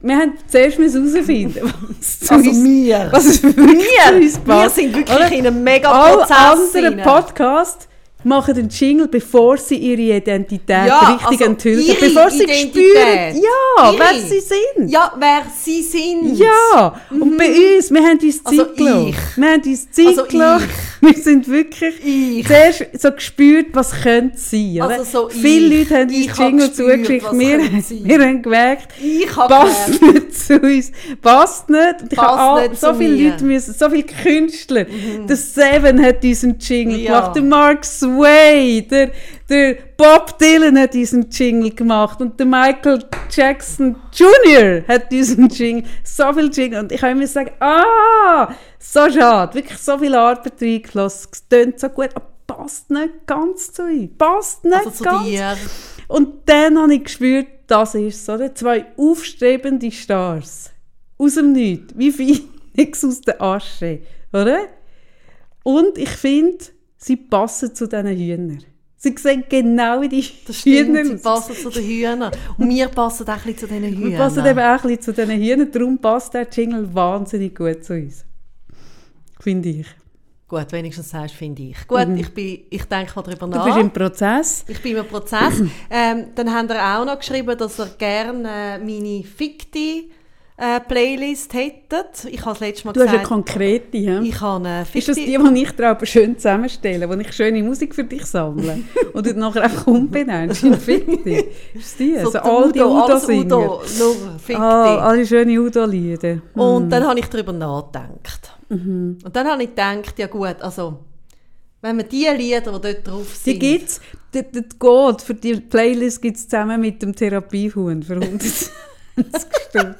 Wir haben zuerst müssen herausfinden, was zu Also, uns wir. was ist wirklich zu uns Wir passt. sind wirklich Oder? in einem mega Alle Prozess. anderen rein. Podcasts machen den Jingle, bevor sie ihre Identität Ja, richtig also enthüllen. ihre Bevor sie Identität. spüren, ja, Ihre. wer sie sind. Ja, wer sie sind. Ja, und bei uns, wir haben uns Zeit Also gelassen. ich. Wir haben uns Zeit Also ich. gelassen. Wir sind wirklich Ich. zuerst so gespürt, was könnte sein. oder? Also so Viele ich. Leute haben uns Ich habe Jingle gespürt, zugeschickt. was Wir, könnte sein. wir haben gemerkt, Ich habe passt nicht zu uns, passt nicht. Und ich Passt habe all- nicht so zu viele mir. Mhm. Leute müssen, so viele Künstler. Der Seven hat diesen Jingle Ja. gemacht, der Mark Sway, der, der Bob Dylan hat diesen Jingle gemacht und der Michael Jackson Jr. hat diesen Jingle, so viel Jingle. Und ich habe immer gesagt, ah, so schade, wirklich so viel Arbeit reingelassen, es tönt so gut, aber passt nicht ganz zu uns, passt nicht also zu ganz. dir. Und dann habe ich gespürt, das ist so. Oder? Zwei aufstrebende Stars. Aus dem Nichts. Wie Phoenix aus der Asche. Oder? Und ich finde, sie passen zu diesen Hühnern. Sie sehen genau wie die Das stimmt, sie Hühner. passen zu den Hühnern. Und wir passen auch ein bisschen zu diesen Hühnern. Wir passen eben auch ein bisschen zu diesen Hühnern. Darum passt der Jingle wahnsinnig gut zu uns. Finde ich. Gut, wenigstens sagst du, finde ich. Mhm. Gut, ich, bin, ich denke mal darüber Du nach. bist im Prozess. ich bin im Prozess. ähm, dann haben wir auch noch geschrieben, dass ihr gerne äh, meine fikti äh, Playlist hättet. Ich habe das letzte Mal Du hast eine gesagt, konkrete. hä? ich habe eine Ist das fikti... die, die ich dir aber schön zusammenstelle, wo ich schöne Musik für dich sammle und du nachher einfach umbenennst in Fikti? Ist die? So, so also der all die alles Udo-Singer. Udo, Oh, nur fikti. ah, mm. alle schöne Udo-Lieder. Und dann habe ich darüber nachgedacht. Mhm. Und dann habe ich gedacht, ja gut, also wenn man die Lieder, die dort drauf sind... Die gibt's, die, die die geht, für die Playlist gibt's zusammen mit dem Therapiehuhn für 120 Stunden.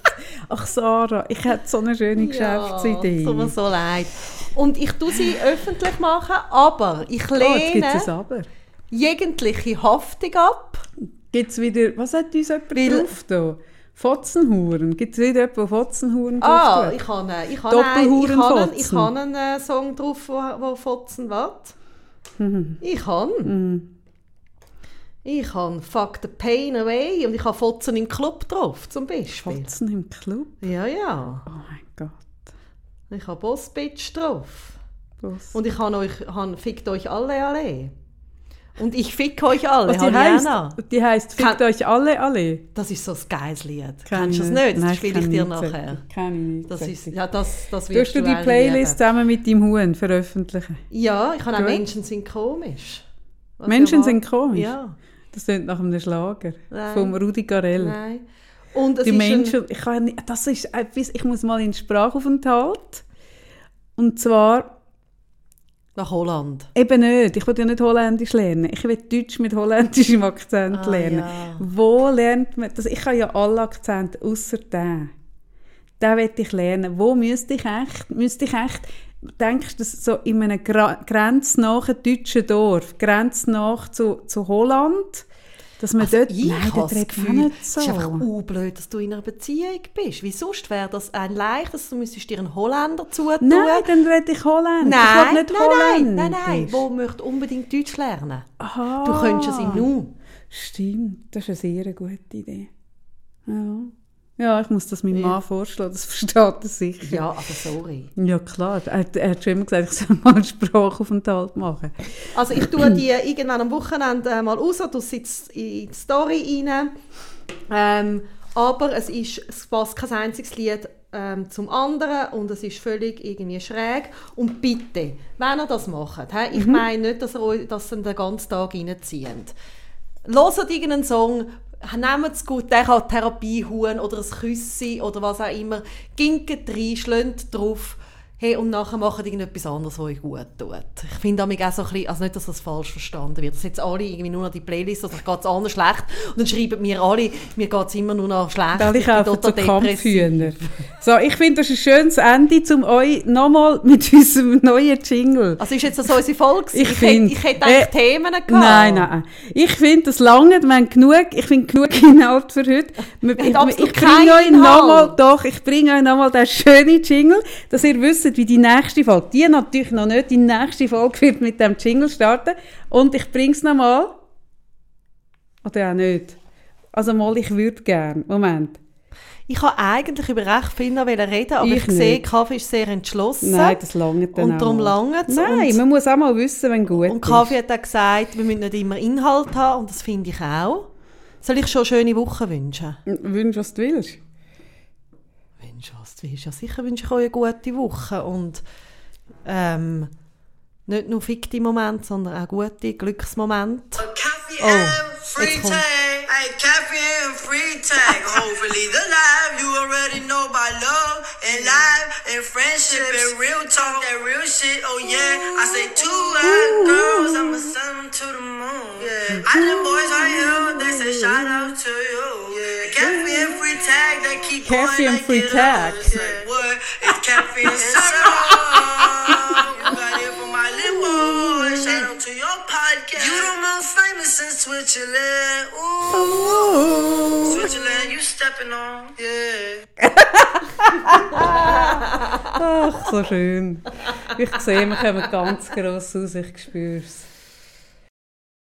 Ach Sarah, ich hätte so eine schöne Geschäftsidee. Ja, tut mir so leid. Und ich tue sie öffentlich machen, aber ich oh, jetzt gibt es lehne aber. jegliche Haftung ab. Gibt's wieder, was hat uns jemand Weil- drauf da? Fotzenhuren. Gibt es wieder jemanden, der Fotzenhuren drauf Ah, hat? ich habe einen, ich habe einen, ich habe einen, ich Doppelhurenfotzen. habe einen äh, Song drauf, wo, wo Fotzen was. Ich habe. Mhm. Ich habe Fuck the Pain Away und ich habe Fotzen im Club drauf, zum Beispiel. Fotzen im Club? Ja, ja. Oh mein Gott. Ich habe Boss Bitch drauf. Was, Und ich habe euch, habe, fickt euch alle, alle. Und ich fick euch alle, was die habe ich auch heisst? noch. Die heisst, fickt euch alle, alle. Das ist so ein geiles Lied. Kennst du das nicht? das spiele ich dir nachher. Kann ich nicht. Das sag ist, ich. ja, das, das wirst Tust du die auch Playlist lieben. zusammen mit deinem Huhn veröffentlichen? Ja, ich habe auch Gut. Menschen sind komisch. Was Menschen ja sind wahr- komisch. Ja, Das klingt nach einem Schlager Nein. vom Rudi Garell. nein. Und es Hm. Die ist Menschen, ich, kann, nicht- das ist etwas, ich muss mal in den Sprachaufenthalt. Und zwar Ein, nach Holland. eben nicht, ich will ja nicht Holländisch lernen. Ich will Deutsch mit holländischem Akzent Ah, lernen. ja. Wo lernt man das? Ich habe ja alle Akzente außer den. den will ich lernen. Wo müsste ich echt, müsste ich echt, denkst du, so in einem gra- grenznahen deutschen Dorf, grenznah zu, zu Holland, dass man dort, Also Ich habe dort das redet man Gefühl, nicht es ist einfach so. unblöd, dass du in einer Beziehung bist. Wie sonst wäre das ein leichtes, du müsstest dir einen Holländer zutun. Nein, dann rede ich Holland. ich will nein, nein, nein, nicht nein, Holländisch. Ah. nein, wo möchte unbedingt Deutsch lernen. Aha. Du könntest es in Nu. Stimmt, das ist eine sehr gute Idee. Ja, ja ich muss das meinem Mann vorschlagen, das versteht er sicher. Ja, aber sorry. Ja, klar. Er, er hat schon immer gesagt, ich soll mal einen Sprachaufenthalt machen. Also ich tue die irgendwann am Wochenende äh, mal raus, du sitzt in die Story rein. Ähm, aber es, ist, es passt kein einziges Lied ähm, zum anderen und es ist völlig irgendwie schräg. Und bitte, wenn ihr das macht, he, ich meine nicht, dass ihr euch dass ihr den ganzen Tag reinzieht. Hört irgendeinen Song, nehmt es gut, der kann Therapie hauen oder ein Küssi oder was auch immer. Ginket rein, schlönt drauf. Hey, und nachher macht irgendetwas anderes, was euch gut tut. Ich finde damit auch so ein bisschen, also nicht, dass das falsch verstanden wird, dass jetzt alle irgendwie nur noch die Playlist, also geht es allen schlecht, und dann schreiben mir alle, mir geht es immer nur noch schlecht, Weil ich ich bin kaufe so total depressiv. Kampfhühner. So, ich finde, das ist ein schönes Ende, um euch nochmal mit unserem neuen Jingle Also ist jetzt das unsere Folge? gewesen? Ich hätte, find- ich hätte eigentlich äh, Themen gehabt. Nein, nein. Ich finde, das lange, wir haben genug, ich finde genug Inhalt für heute. Wir- haben ich absolut ich bringe keinen euch nochmal, Inhalt. doch, ich bringe euch nochmal den schönen Jingle, dass ihr wisst, wie die nächste Folge, die natürlich noch nicht, die nächste Folge wird mit dem Jingle starten. Und ich bringe es nochmal. Oder auch nicht. Also mal, ich würde gern. Moment. Ich habe eigentlich über recht viel noch reden, aber ich, Ich sehe, nicht. Kaffee ist sehr entschlossen. Nein, das lange dann Und darum auch mal. langt es. Nein, und, man muss auch mal wissen, wenn gut und ist. Kaffee hat auch gesagt, wir müssen nicht immer Inhalt haben und das finde ich auch. Soll ich schon schöne Woche wünschen? Wünsch, was du willst. Wünsch was du willst. Ja, sicher wünsche ich euch eine gute Woche und ähm, nicht nur fickte Momente, sondern auch gute Glücksmomente. Caffeine Oh, and it's free home. tag. Hey, caffeine and free tag. Hopefully the live you already know by love and life and friendship and real talk and real shit. Oh yeah, I say two hot girls, I'ma send them to the moon. Yeah. I them boys right here, they say shout out to you. Yeah. Caffeine and free tag, they keep Caffeine going and like free it tag. up. It's like, what? It's caffeine and soda. You got it from my limo. Shout out to your podcast. You the most famous in Switzerland. Ooh. Switzerland, you stepping on. Yeah. Ach, so schön. Ich sehe, wir kommen ganz gross raus, ich spüre es.